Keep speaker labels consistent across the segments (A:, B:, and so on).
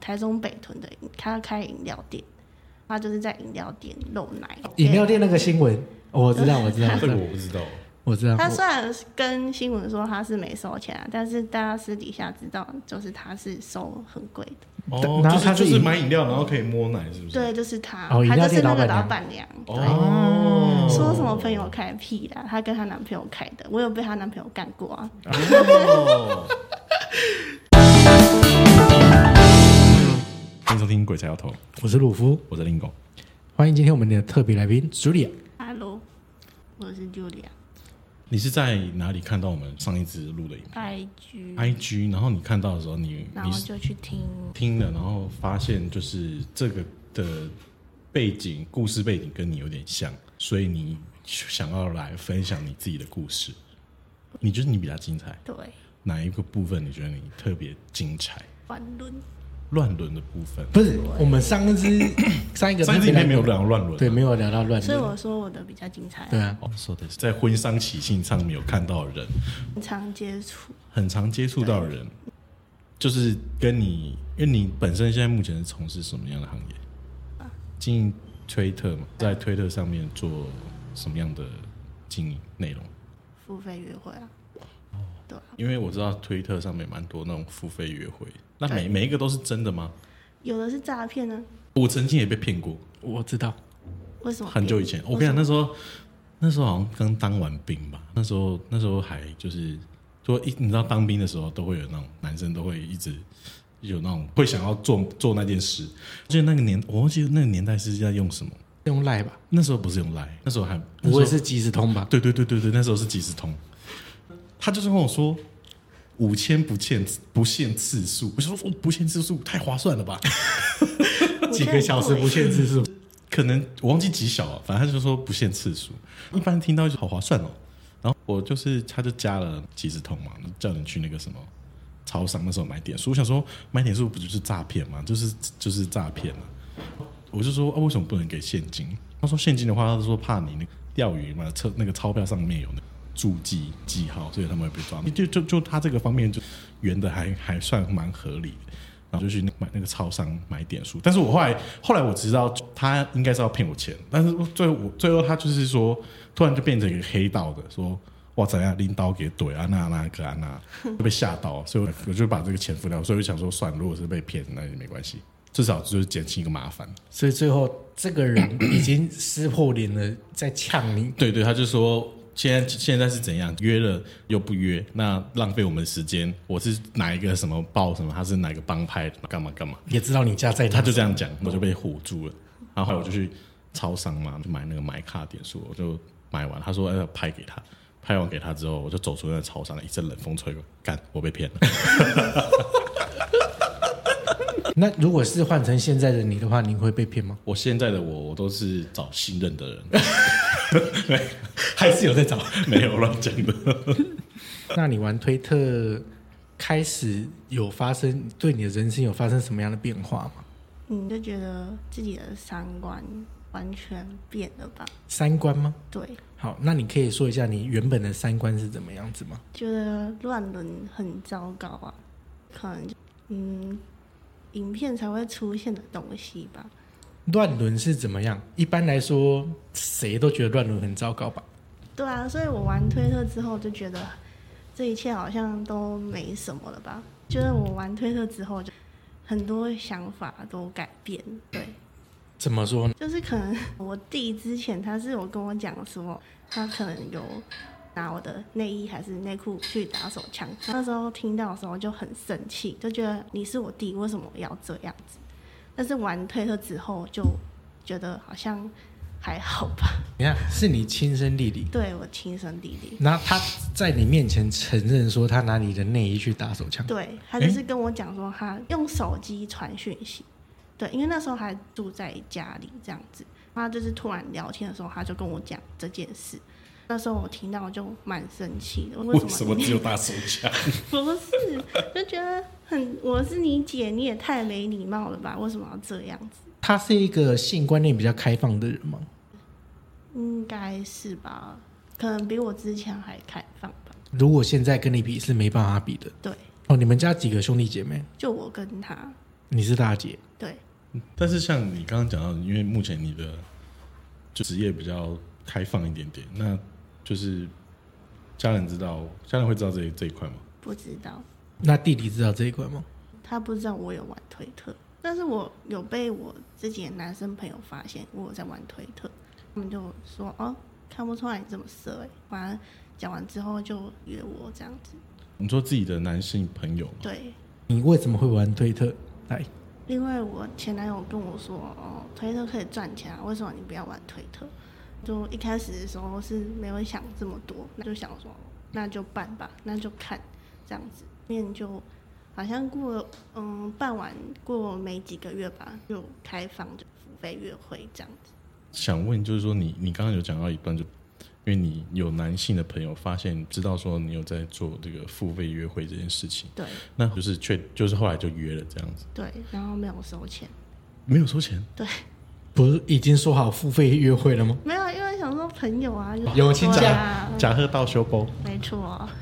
A: 台中北屯的，他开饮料店，他就是在饮料店漏奶。
B: 饮料店那个新闻，哦我知道，我 知道，我
C: 这
B: 知
C: 个
B: 道
C: 我不知道。
B: 我知道。
A: 他
B: 我
A: 虽然跟新闻说他是没收钱、啊，但是大家私底下知道，就是他是收很贵的。
C: 哦，
B: 然后
C: 就
B: 它是
C: 是就是
B: 饮
C: 买饮料，然后可以摸奶，是不是？。
A: 对，就是他，
B: 哦饮
A: 他
B: 料
A: 就
B: 店
A: 是那个
B: 老
A: 老
B: 板
A: 板娘。对，
C: 哦，
A: 说什么朋友开屁啦，她跟她男朋友开的，我有被她男朋友干过啊。
C: 哦？ 欢迎收听《鬼才摇头》，
B: 我是鲁夫，
C: 我在林狗。
B: 欢迎今天我们的特别来宾朱莉亚。
A: Hello，我是 Julia。
C: 你是在哪里看到我们上一次录的影
A: IG，
C: ？IG，然后你看到的时候，你
A: 然
C: 你
A: 后
C: 是
A: 就去听，
C: 听了，然后发现就是这个的背景故事背景跟你有点像，所以你想要来分享你自己的故事。你觉得你比较精彩，
A: 对，
C: 哪一个部分你觉得你特别精彩？
A: 玩轮
C: 乱伦的部分，
B: 不是，我们上一 支上一个
C: 上一次
B: 特别
C: 影
B: 来
C: 片
B: 宾
C: 没有聊乱伦，啊
B: 对，没有聊到乱
A: 所以
B: 伦，
A: 我说我的比较精彩、
B: 对，啊，
C: 哦，说的是在婚丧喜庆上面有看到的人，
A: 很常接触，
C: 很常接触到的人，就是跟你，因为你本身现在目前是从事什么样的行业？经营推特嘛，在推特上面做什么样的经营内容？
A: 付费约会啊，对啊，
C: 因为我知道推特上面蛮多那种付费约会，那每
A: 对
C: 每一个都是真的吗？
A: 有的是诈骗呢，
C: 我曾经也被骗过，
B: 我知道，
A: 为什么？
C: 很久以前，我跟你讲，那时候那时候好像刚当完兵吧，那时候那时候还就是说一，你知道当兵的时候都会有那种男生都会一直有那种会想要做做那件事。我记得那个年，我忘记那个年代是在用什么，
B: 用赖吧，
C: 那时候不是用 Line，那时候还
B: 不会
C: 那时候
B: 是即时通吧？
C: 对对对对对，那时候是即时通，他就是跟我说。五千不限不限次数，我就说哦不限次数太划算了吧？
A: 我
B: 几
A: 现在
B: 个小时不限次数，
C: 可能我忘记几小啊了，反正他就说不限次数。一般听到就好划算哦。然后我就是，他就加了即时通嘛，叫你去那个什么超商那时候买点数。我想说买点数不就是诈骗吗？就是就是诈骗啊！我就说啊，为什么不能给现金？他说现金的话，他说怕你那个钓鱼嘛，车那个钞票上面有那个注记记号，所以他们会被抓。就就就他这个方面就圆的还还算蛮合理的。然后就去那买那个超商买点数，但是我后来后来我知道他应该是要骗我钱，但是最后我最后他就是说，突然就变成一个黑道的，说哇怎样拎刀给怼啊那啊那个啊那，就被吓到，所以我我就把这个钱付掉，所以我就想说算了，如果是被骗那也没关系，至少就是减轻一个麻烦。
B: 所以最后这个人已经撕破脸了，在呛你，
C: 对对，他就说现在现在是怎样约了又不约，那浪费我们的时间。我是哪一个什么报什么，他是哪个帮派干嘛干嘛，
B: 也知道你家在哪，
C: 他就这样讲，我就被唬住了。然后后来我就去超商嘛，就买那个买卡点数，我就买完，他说要拍给他。拍完给他之后，我就走出那个超商了，一阵冷风吹过，干，我被骗了。
B: 那如果是换成现在的你的话，你会被骗吗？
C: 我现在的我，我都是找信任 的人，对，还是有在找，没有乱讲的。
B: 那你玩推特开始有发生对你的人生有发生什么样的变化吗？
A: 你就觉得自己的三观完全变了吧？
B: 三观吗？
A: 对，
B: 好，那你可以说一下你原本的三观是怎么样子吗？
A: 觉得乱伦很糟糕啊，可能就嗯，影片才会出现的东西吧。
B: 乱伦是怎么样？一般来说，谁都觉得乱伦很糟糕吧？
A: 对啊，所以我玩推特之后就觉得这一切好像都没什么了吧？觉得我玩推特之后就很多想法都改变，对，
B: 怎么说呢？
A: 就是可能我弟之前他是有跟我讲说，他可能有拿我的内衣还是内裤去打手枪，那时候听到的时候就很生气，就觉得你是我弟，为什么要这样子？但是玩推特之后就觉得好像还好吧，
B: 你看，是你亲生弟弟，
A: 对我亲生弟弟。
B: 那他在你面前承认说他拿你的内衣去打手枪，
A: 对他就是跟我讲说，他用手机传讯息，对，因为那时候还住在家里这样子，他就是突然聊天的时候，他就跟我讲这件事。那时候我听到就蛮生气的，为
C: 为什
A: 什
C: 么
A: 么
C: 只
A: 你
C: 有大手枪？
A: 不是就觉得很我是你姐，你也太没礼貌了吧？为什么要这样子？
B: 他是一个性观念比较开放的人吗？
A: 应该是吧，可能比我之前还开放吧。
B: 如果现在跟你比是没办法比的
A: 对，
B: 哦。你们家几个兄弟姐妹？
A: 就我跟他，
B: 你是大姐，
A: 对，
C: 但是像你刚刚讲到，因为目前你的就职业比较开放一点点，那就是家人知道，家人会知道这一这一块吗？
A: 不知道
B: 那弟弟知道这一块吗？
A: 他不知道我有玩推特，但是我有被我自己的男生朋友发现我有在玩推特，他们就说哦，看不出来你这么色哎、欸，反正讲完之后就约我这样子，
C: 你说自己的男性朋友吗？
A: 对，
B: 你为什么会玩推特？来，
A: 因为我前男友跟我说，哦，推特可以赚钱啊，为什么你不要玩推特？就一开始的时候是没有想这么多，那就想说那就办吧，那就看这样子。面就好像过了嗯办完过没几个月吧，就开放就付费约会这样子。
C: 想问就是说你，你刚刚有讲到一半就，因为你有男性的朋友发现知道说你有在做这个付费约会这件事情，
A: 对
C: 那就是确就是后来就约了这样子，
A: 对，然后没有收钱，
C: 没有收钱，
A: 对，
B: 不是已经说好付费约会了吗？
A: 没有，啊因为想说朋友啊， 就
B: 友情
A: 对
B: 长
A: 啊，
C: 假贺到修包，
A: 没错，啊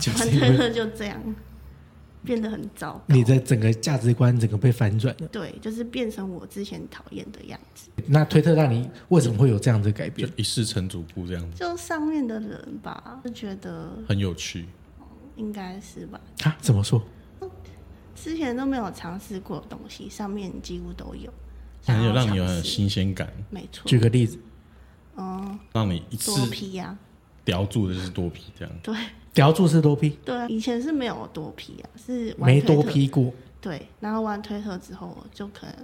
B: 就是
A: 玩
B: 因
A: 推
B: 为
A: 特就这样，变得很糟糕。
B: 你的整个价值观整个被反转了。
A: 对，就是变成我之前讨厌的样子。
B: 那推特让你为什么会有这样的改
C: 就
B: 变？
C: 一世成主顾这样子，
A: 就上面的人吧，就觉得
C: 很有趣。
A: 应该是吧，
B: 啊？怎么说？
A: 之前都没有尝试过的东西，上面几乎都有，
C: 很有让
A: 想要尝
C: 你有很有
A: 试
C: 新鲜感，
A: 没错
B: 举，个例子，
A: 嗯，
C: 让你一次
A: 多批呀、
C: 叼住的就是多皮这样。
A: 对
B: 屌柱是多批，
A: 对啊，以前是没有多批啊，是玩
B: 没
A: 推
B: 多
A: 特，
B: 批过。
A: 对，然后玩推特之后，就可能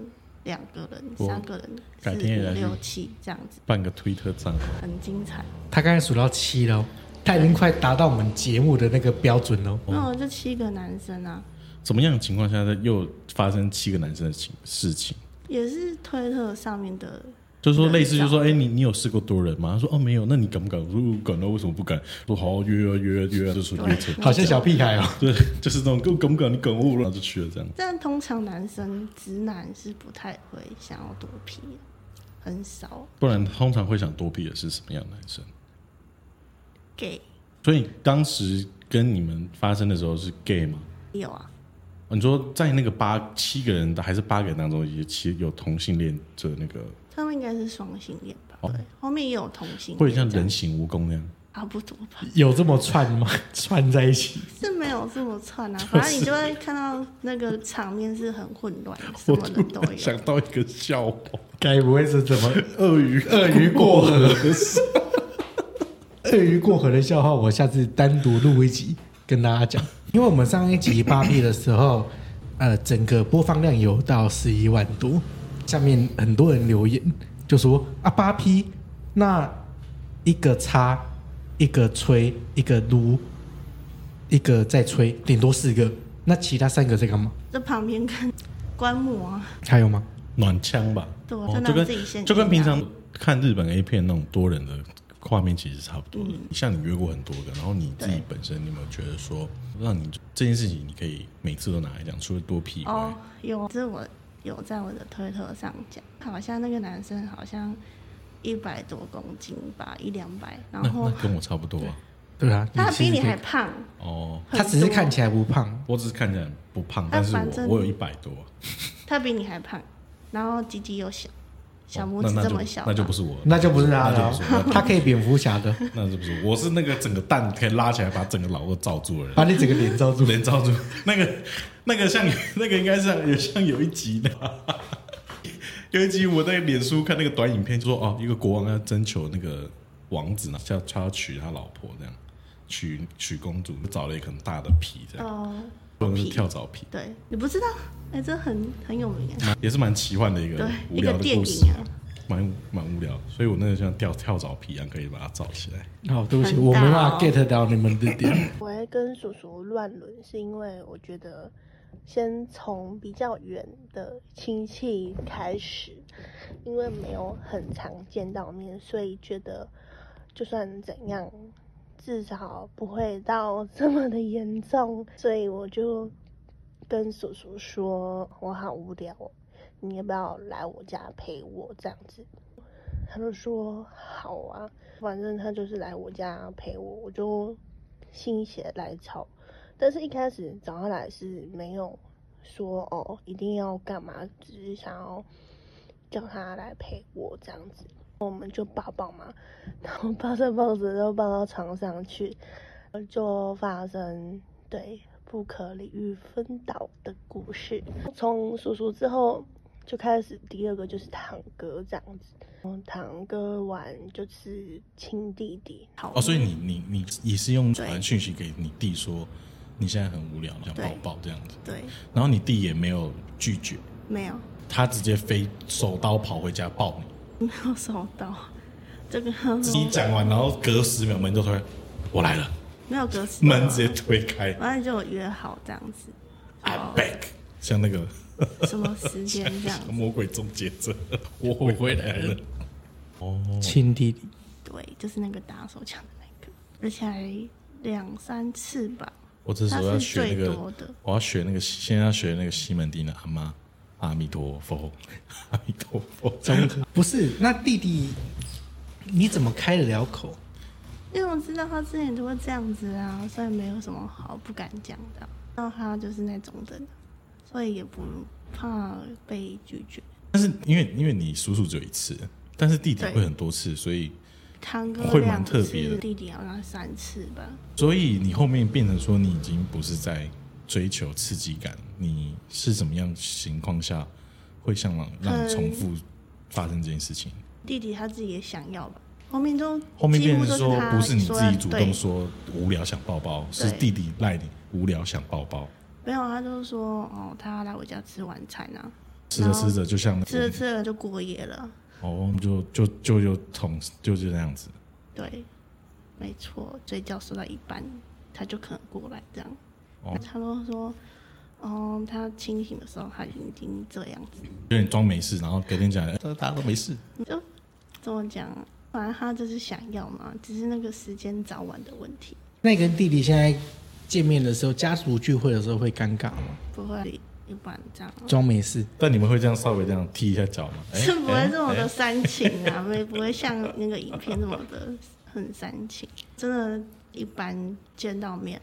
A: 两个人、
C: 我
A: 三个人、四
C: 改天也
A: 五
C: 来
A: 六七这样子，
C: 办个推特账号，
A: 很精彩。
B: 他刚才数到七了哦，他已经快达到我们节目的那个标准了哦。
A: 那我就七个男生啊，
C: 怎么样的情况下又发生七个男生的情事情？
A: 也是推特上面的
C: 就是说类似，就是说，哎、你你有试过多人吗？他说哦没有，那你敢不敢？我说我敢，啊那为什么不敢？说好约啊约啊约啊，就说约成，
B: 好像小屁孩哦。
C: 对，就是这种，我敢不敢？你敢我，然后就去了这样。
A: 但通常男生直男是不太会想要多批，很少
C: 不然通常会想多批的是什么样的男生？
A: gay
C: 所以当时跟你们发生的时候是 gay 吗？哦
A: 有啊，
C: 你说在那个八七个人的还是八个人当中，也其实有同性恋者那个，
A: 他们应该是双性恋吧？
C: 哦
A: 对，后面也有同性恋，
C: 会像人形蜈蚣那样。
A: 啊，不多吧？
B: 有这么串吗？ 串在一起，
A: 是没有这么串啊，反正你就会看到那个场面是很混乱，什么人 都有
C: 想。到一个笑话，
B: 该不会是怎么
C: 鳄鱼
B: 鳄鱼过河？鳄鱼过河的笑话，我下次单独录一集跟大家讲。因为我们上一集八 B 的时候，呃，整个播放量有到十一万多，下面很多人留言就说啊，八 P 那一个插，一个吹，一个撸，一个再吹，顶多四个，那其他三个在干嘛？
A: 这旁边跟观摩啊，
B: 还有吗？
C: 暖枪吧，
A: 对啊
C: 哦
A: 就
C: 就
A: 让自己先
C: 跟就跟
A: 进
C: 平
A: 啊
C: 常看日本 A 片那种多人的画面其实差不多
A: 嗯
C: 的。像你约过很多个，然后你自己
A: 对
C: 本身你有没有觉得说，让你这件事情你可以每次都拿来讲，除了多屁以外，
A: 哦，有，这我有在我的推特上讲，好像那个男生好像一百多公斤吧，一两百，然
C: 那
A: 后
C: 那跟我差不多啊。
B: 对啊，
A: 他比
B: 其实
A: 你
B: 可以
A: 还胖，
C: 哦，
B: 他只是
A: 很多
B: 看起来不胖，
C: 我只是看起来不胖，
A: 那
C: 但是
A: 反
C: 我
A: 正
C: 我有一百多啊，
A: 他比你还胖，然后鸡鸡又小，小拇
C: 哦那
A: 指
C: 那
A: 这
C: 就
A: 么小啊吧，
C: 那就不是我，
B: 那就不是他了
C: 那就不是我
B: 哦，他可以蝙蝠侠的，
C: 那是不是我？我是那个整个蛋可以拉起来把整个老二罩住的人，
B: 把你整个脸罩住。
C: 人罩住。那个那个像那个应该是有像有一集的，有一集我在脸书看那个短影片，就说哦，一个国王要征求那个王子呢，叫他要娶他老婆这样，娶娶公主，就找了一个很大的皮这样，
A: 哦，
C: 或者是跳蚤皮，
A: 对你不知道，哎、这很很有名啊，
C: 蛮也是蛮奇幻的一个
A: 对，
C: 无
A: 一
C: 聊
A: 个
C: 的
A: 电
C: 故事
A: 影。啊，
C: 蛮蛮无聊，所以我那个像跳跳蚤皮一样，可以把它罩起来。
B: 好，对不起，
A: 很
B: 我没办
A: 大
B: 法
A: 哦
B: get 到你们的点。
D: 我会跟叔叔乱伦，是因为我觉得先从比较远的亲戚开始，因为没有很常见到面，所以觉得就算怎样，至少不会到这么的严重，所以我就跟叔叔说，我好无聊哦，你要不要来我家陪我这样子？他就说好啊，反正他就是来我家陪我，我就心血来潮。但是一开始找他来是没有说哦一定要干嘛，只是想要叫他来陪我这样子。我们就抱抱嘛， 然后抱着抱着就抱到床上去，就发生对不可理喻分倒的故事。从叔叔之后就开始第二个就是堂哥这样子，嗯堂哥玩就是亲弟弟，
A: 好
C: 哦，所以你你你也是用传
A: 对
C: 讯息给你弟说你现在很无聊，想
A: 对
C: 抱抱这样子，
A: 对
C: 然后你弟也没有拒绝，
A: 没有
C: 他直接飞手刀跑回家抱你。
A: 没有收到，这个
C: 自己讲完，然后隔十秒门就推，我来
A: 哦
C: 了，
A: 没有格式，
C: 门直接推开
A: 反正就有约好这样子，
C: ，I'm back，像那个
A: 什么时间这样子，
C: 魔鬼终结者，我回来了。哦，
B: 亲弟弟，
A: 对，就是那个打手枪的那个，而且还两三次吧，
C: 我这时候要学那
A: 他是最多
C: 个
A: 的，
C: 我要学那个，现在要学那个西门町的阿妈，阿弥陀佛， 阿弥陀佛，
B: 不是那弟弟，你怎么开得了口？
A: 因为我知道他之前就会这样子啊，所以没有什么好不敢讲的。然后他就是那种的，所以也不怕被拒绝。
C: 但是因为因为你叔叔只有一次，但是弟弟
A: 对
C: 会很多次，所以
A: 堂哥
C: 会蛮
A: 两
C: 特
A: 次
C: 别的，
A: 弟弟好像三次吧。
C: 所以你后面变成说你已经不是在追求刺激感，你是怎么样情况下会向往让你重复发生这件事情？
A: 弟弟他自己也想要吧，后面都
C: 后面
A: 几
C: 变
A: 乎
C: 成
A: 都
C: 说
A: 他
C: 不是你自己主
A: 说要
C: 动说无聊想抱抱，是弟弟赖你无聊想抱抱，
A: 对没有，他就是说哦，他要来我家吃晚餐啊，
C: 吃着吃着就像
A: 吃着吃着就过夜了。
C: 哦，就就就就同就是这样子。
A: 对，没错，睡觉睡到一半，他就可能过来这样。
C: 哦
A: 他都说，哦，他清醒的时候他已经这样子，
C: 有点装没事，然后隔天讲，哎大家都没事，
A: 就怎么讲？反正他就是想要嘛，只是那个时间早晚的问题，
B: 那你跟弟弟现在见面的时候，家族聚会的时候会尴尬吗？
A: 不会一般这样。
B: 装没事，
C: 但你们会这样稍微这样踢一下脚吗？哎
A: 是不会这么
C: 哎
A: 的煽情啊，没不会像那个影片那么的很煽情，真的，一般见到面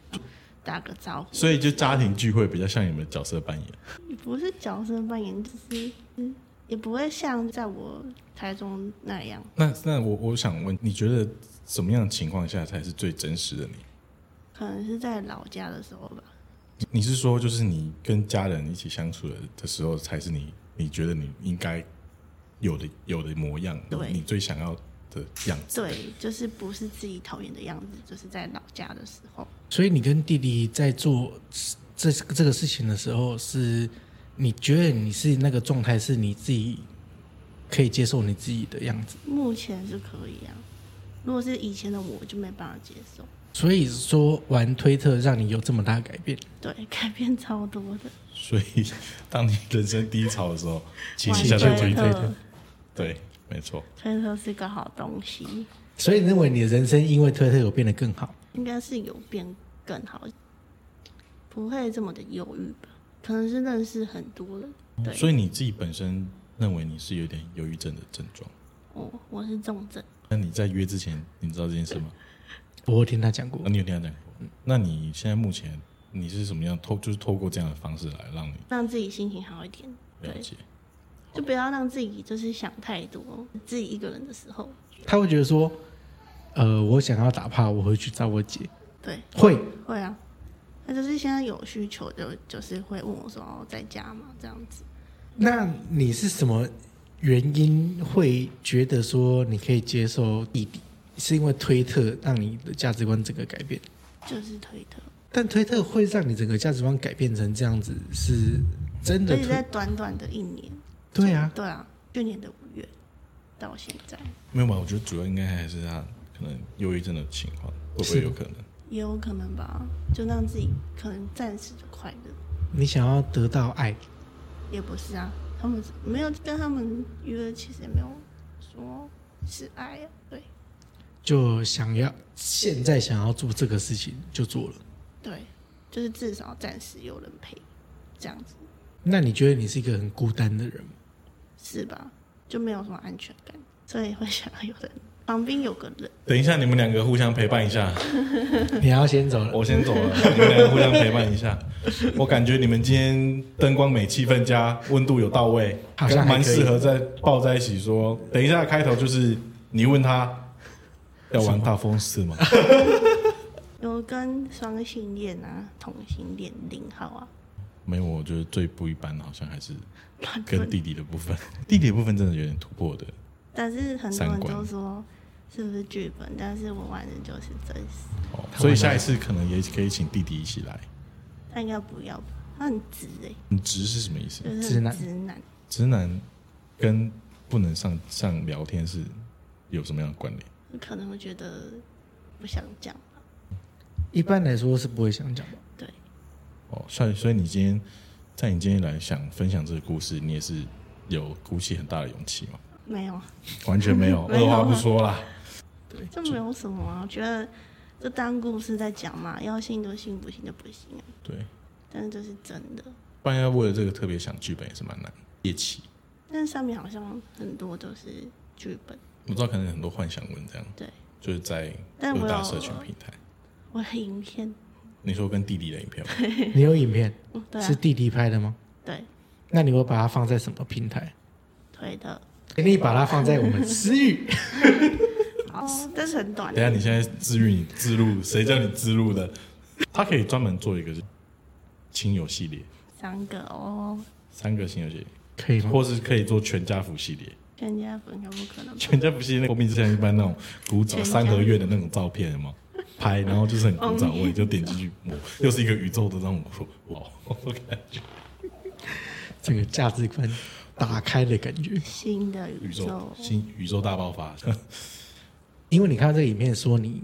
A: 打个招呼，
C: 所以就家庭聚会比较像你们的角色扮演。
A: 也不是角色扮演，就是嗯，也不会像在我台中那样，
C: 那那我我想问，你觉得什么样的情况下才是最真实的你？
A: 可能是在老家的时候吧。
C: 你你是说，就是你跟家人一起相处的的时候，才是你你觉得你应该有的有的模样，
A: 对
C: 你最想要的样子。
A: 对，就是不是自己讨厌的样子，就是在老家的时候，
B: 所以你跟弟弟在做这这个事情的时候是，你觉得你是那个状态，是你自己可以接受你自己的样子。
A: 目前是可以啊。如果是以前的我，我就没办法接受。
B: 所以说玩推特让你有这么大的改变，
A: 对，改变超多的。
C: 所以，当你人生低潮的时候，请一下去
A: 推
C: 推推。
A: 特，
C: 对，没错。
A: 推特是个好东西，
B: 所以认为你的人生因为推特有变得更好。
A: 应该是有变更好，不会这么的忧郁吧？可能是认识很多人，
B: 嗯
A: 对，
C: 所以你自己本身认为你是有点忧郁症的症状。
A: 哦，我是重症，
C: 那你在约之前，你知道这件事吗？
B: 我有听他讲过
C: 啊，，你有听他讲
B: 嗯
C: 过？那你现在目前你是什么样透，就是透过这样的方式来让你
A: 让自己心情好一点，
C: 了
A: 对，
C: 解？
A: 就不要让自己就是想太多，自己一个人的时候，
B: 他会觉得说，呃，我想要打炮，我会去找我姐，
A: 对，
B: 会
A: 会啊。那就是现在有需求就就是会问我说哦在家嘛这样子，
B: 那你是什么原因会觉得说你可以接受弟弟？是因为推特让你的价值观整个改变？
A: 就是推特，
B: 但推特会让你整个价值观改变成这样子，是真的
A: 而且在
B: 推？
A: 短短的一年，
B: 对啊，
A: 对啊，去年的五月到现在
C: 没有吧？我觉得主要应该还是他可能忧郁症的情况，会不
B: 是
C: 会有可能？
A: 也有可能吧，就让自己可能暂时的快乐，
B: 你想要得到爱，
A: 也不是啊，他们没有跟他们约，其实也没有说是爱啊，对
B: 就想要现在想要做这个事情就做了。
A: 对，就是至少暂时有人陪，这样子
B: 那你觉得你是一个很孤单的人吗？
A: 是吧？就没有什么安全感，所以会想要有人旁边有个人，
C: 等一下，你们两个互相陪伴一下，
B: 你要先走了，
C: 我先走了，你们两个互相陪伴 一下。我感觉你们今天灯光美、气氛佳、温度有到位，
B: 好像还
C: 蛮
B: 可以
C: 适合在抱在一起说。等一下，开头就是你问他要玩大风四吗？
A: 有跟双性恋啊、同性恋、零号啊，
C: 没有，我觉得最不一般的好像还是
A: 乱
C: 跟
A: 分。
C: 弟弟的部分， 弟弟的部分真的有点突破的。
A: 但是很多人
C: 三观
A: 都说是不是剧本，但是我玩的就是真实。
C: 哦所以下一次可能也可以请弟弟一起来。
A: 他应该不要吧，他很直哎、
C: 你直是什么意思？
A: 就是
B: 直
A: 很
B: 男
A: 直男，
C: 嗯直男跟不能上上聊天是有什么样的关联？
A: 可能会觉得不想讲吧。
B: 一般来说是不会想讲吧。
A: 对，
C: 哦，所以所以你今天在你今天来想分享这个故事，你也是有鼓起很大的勇气嘛？
A: 没有啊，
C: 完全 没有，
A: 没有
C: 二
A: 啊
C: 话不说啦。
A: 这没有什么啊。我觉得就当故事在讲嘛，要信就信，不信就不信啊。
C: 对，
A: 但是这是真的，
C: 不然要为了这个特别想剧本也是蛮难的。夜骑，
A: 但是上面好像很多都是剧本。
C: 我知道可能有很多幻想文这样，
A: 对，
C: 就是在
A: 但
C: 各
A: 我
C: 大
A: 有
C: 社群平台。
A: 我的影片，
C: 你说跟弟弟的影片吗？
B: 你有影片
A: 嗯，对啊
B: 是，弟弟拍的吗？
A: 对，
B: 那你会把它放在什么平台？
A: 推的。
B: 你把它放在我们 私域，
A: 哦，但是很短
C: 等一。下你现在自愈你自录，谁叫你自录的？他可以专门做一个亲友系列，
A: 三个哦，
C: 三个亲友系列，
B: 可以吗？
C: 或是可以做全家福系列。
A: 全家福应该不可能吧。
C: 全家福系列那个后面就像一般那种古早
A: 全家
C: 三合院的那种照片有吗？拍，然后就是很古
A: 哦
C: 早味，就点进去摸，又是一个宇宙的那种哇，感觉
B: 这个价值观打开的感觉。
A: 新的
C: 宇
A: 宇
C: 宙
A: 宙，
C: 新宇宙大爆发。
B: 因为你看到这个影片说你，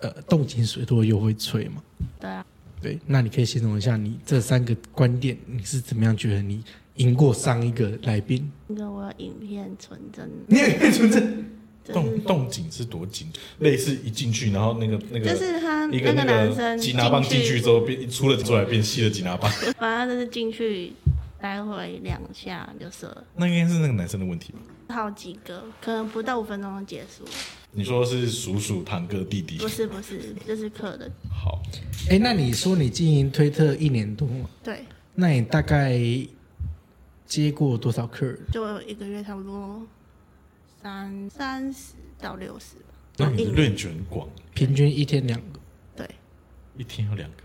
B: 呃，动情水多又会脆嘛，
A: 对啊，
B: 对，那你可以形容一下你这三个观点，你是怎么样觉得你赢过上一个来宾？
A: 那个我有影片存真，
B: 你也可以存证，
C: 动动景是多紧，类似一进去，然后那个那个
A: 就是他
C: 一个
A: 那个男生
C: 吉拿棒进
A: 进去
C: 去之后变一出了出来变细的吉拿棒，
A: 反正就是进去来回两下就射了，
C: 那应该是那个男生的问题吧？
A: 好几个，可能不到五分钟就结束了。
C: 你说是叔叔、堂哥、弟弟
A: 不？是不是，这是客人。
C: 好，
B: 哎，那你说你经营推特一年多嘛，
A: 对，
B: 那你大概接过多少客人？
A: 就一个月差不多三三十到六十吧。
C: 那你的
A: 嗯
C: range 很广，
B: 平均一天两个，
A: 对，
C: 一天有两个，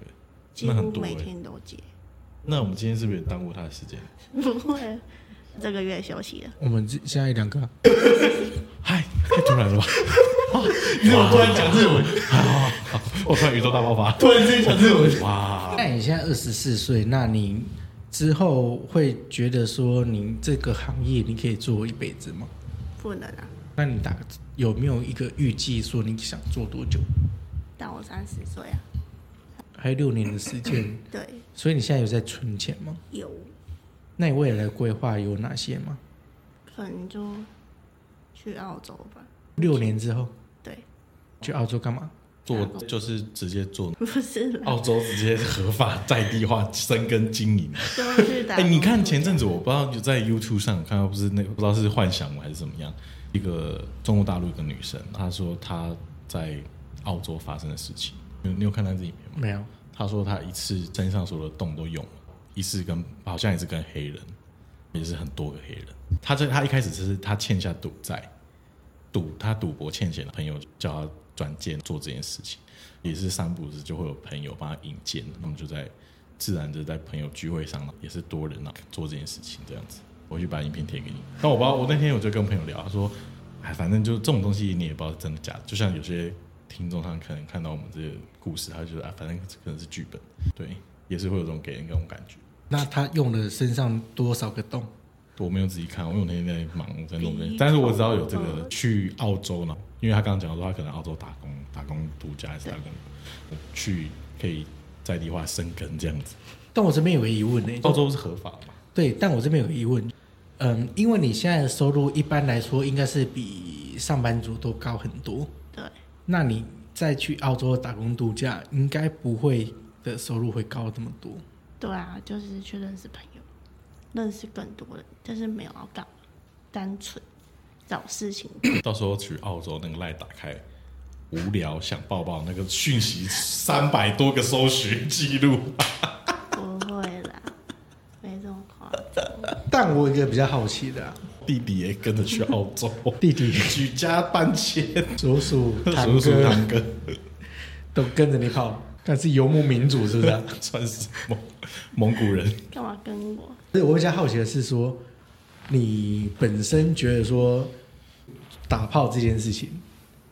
A: 几
C: 那很
A: 乎
C: 多
A: 每
C: 欸
A: 天都接，
C: 那我们今天是不是也耽误他的时间？
A: 不会。这个月休息了，
B: 我们这现在两个啊、
C: 嗨，太突然了吧！你怎么突然讲日文？我突然宇宙大爆发，突然之间讲日文，哇！
B: 那你现在二十四岁，那你之后会觉得说，你这个行业你可以做一辈子吗？
A: 不能啊，
B: 那你打有没有一个预计说你想做多久？
A: 但我三十岁啊，
B: 还有六年的时间，
A: 对，
B: 所以你现在有在存钱吗？
A: 有
B: 那你未来的规划有哪些吗？
A: 可能就去澳洲吧，
B: 六年之后
A: 对，
B: 去澳洲干嘛？
C: 做就是直接做
A: 不是啦，
C: 澳洲直接合法在地化生根经营。
A: 就去打
C: 哎、
A: 工。
C: 你看前阵子我不知道有在 YouTube 上有看到，不是那个不知道是幻想还是怎么样，一个中国大陆一个女生，她说她在澳洲发生的事情，你有你有看到这影片吗？
B: 没有，
C: 他说他一次身上所有的洞都用了，一次跟好像也是跟黑人，也是很多个黑人。他这他一开始只是他欠下赌债，赌他赌博欠钱，朋友叫他转介做这件事情，也是三不五时就会有朋友帮他引荐，他们就在自然就在朋友聚会上也是多人啊做这件事情这样子。我去把影片贴给你，但我不知道，我那天我就跟朋友聊，他说，哎，反正就这种东西你也不知道是真的假的，就像有些听众他可能看到我们这个故事，他就觉得啊，反正这可能是剧本，对，也是会有这种给人这种感觉。
B: 那他用了身上多少个洞？
C: 我没有仔细看，因为我那天在忙，我在弄这
A: 鼻
C: 些
A: 孔，
C: 但是我知道有这个去澳洲呢，因为他刚刚讲到说他可能澳洲打工、打工度假还是打工，去可以在地化生根这样子。
B: 但我这边有个疑问呢、欸
C: 澳洲是合法的嘛？
B: 对，但我这边有个疑问，嗯，因为你现在的收入一般来说应该是比上班族都高很多，
A: 对，
B: 那你再去澳洲打工度假，应该不会的收入会高这么多。
A: 对啊，就是去认识朋友，认识更多人，但是没有要干嘛，单纯找事情。
C: 到时候去澳洲那个赖打开，无聊想抱抱那个讯息三百多个搜寻记录，
A: 不会啦，没这么夸张。
B: 但我有一个比较好奇的啊、
C: 弟弟也跟着去澳洲，
B: 弟弟
C: 举家搬迁，
B: 叔叔、堂
C: 叔叔
B: 哥
C: 堂哥
B: 都跟着你跑，但是游牧民族是不是、啊？
C: 算是蒙蒙古人，
A: 干嘛跟我？
B: 所以我比较好奇的是说，你本身觉得说打炮这件事情，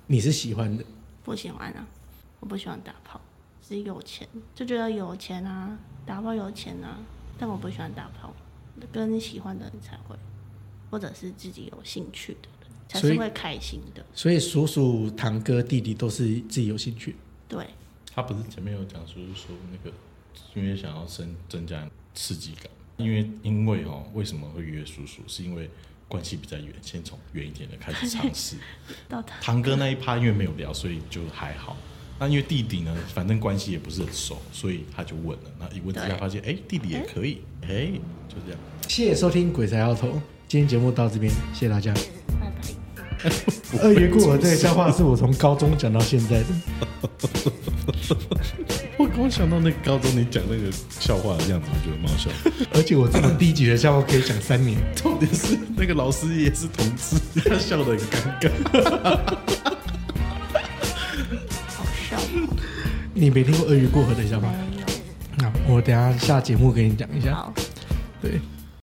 B: 你是喜欢的，
A: 不喜欢啊，我不喜欢打炮，只是有钱就觉得有钱啊，打炮有钱啊，但我不喜欢打炮，跟喜欢的人才会，或者是自己有兴趣的人才
B: 所
A: 是
B: 以
A: 会开心的。
B: 所以叔叔、堂哥、弟弟都是自己有兴趣。
A: 对，
C: 他不是前面有讲说说那个，因为想要增增加刺激感，因为因为哦，为什么会约叔叔？是因为关系比较远，先从远一点的开始尝试。
A: 到他
C: 堂哥那一趴因为没有聊，所以就还好。那因为弟弟呢，反正关系也不是很熟，所以他就问了。那一问之下
A: 对
C: 发现，哎、弟弟也可以，哎、就这样。
B: 谢谢收听《鬼才摇头》，今天节目到这边，谢谢大家。
A: 拜拜。
B: 鳄鱼过河这个笑话哎是我从高中讲到现在的，
C: 我刚想到那个高中你讲那个笑话的样子，我觉得蛮好笑。
B: 而且我这么低级的笑话可以讲三年。
C: 重点是那个老师也是同志，他笑得很尴尬。
A: 好笑吗？
B: 你没听过鳄鱼过河的笑话？
A: 没有。
B: 那我等一下下节目给你讲一下。
A: 好，
B: 对，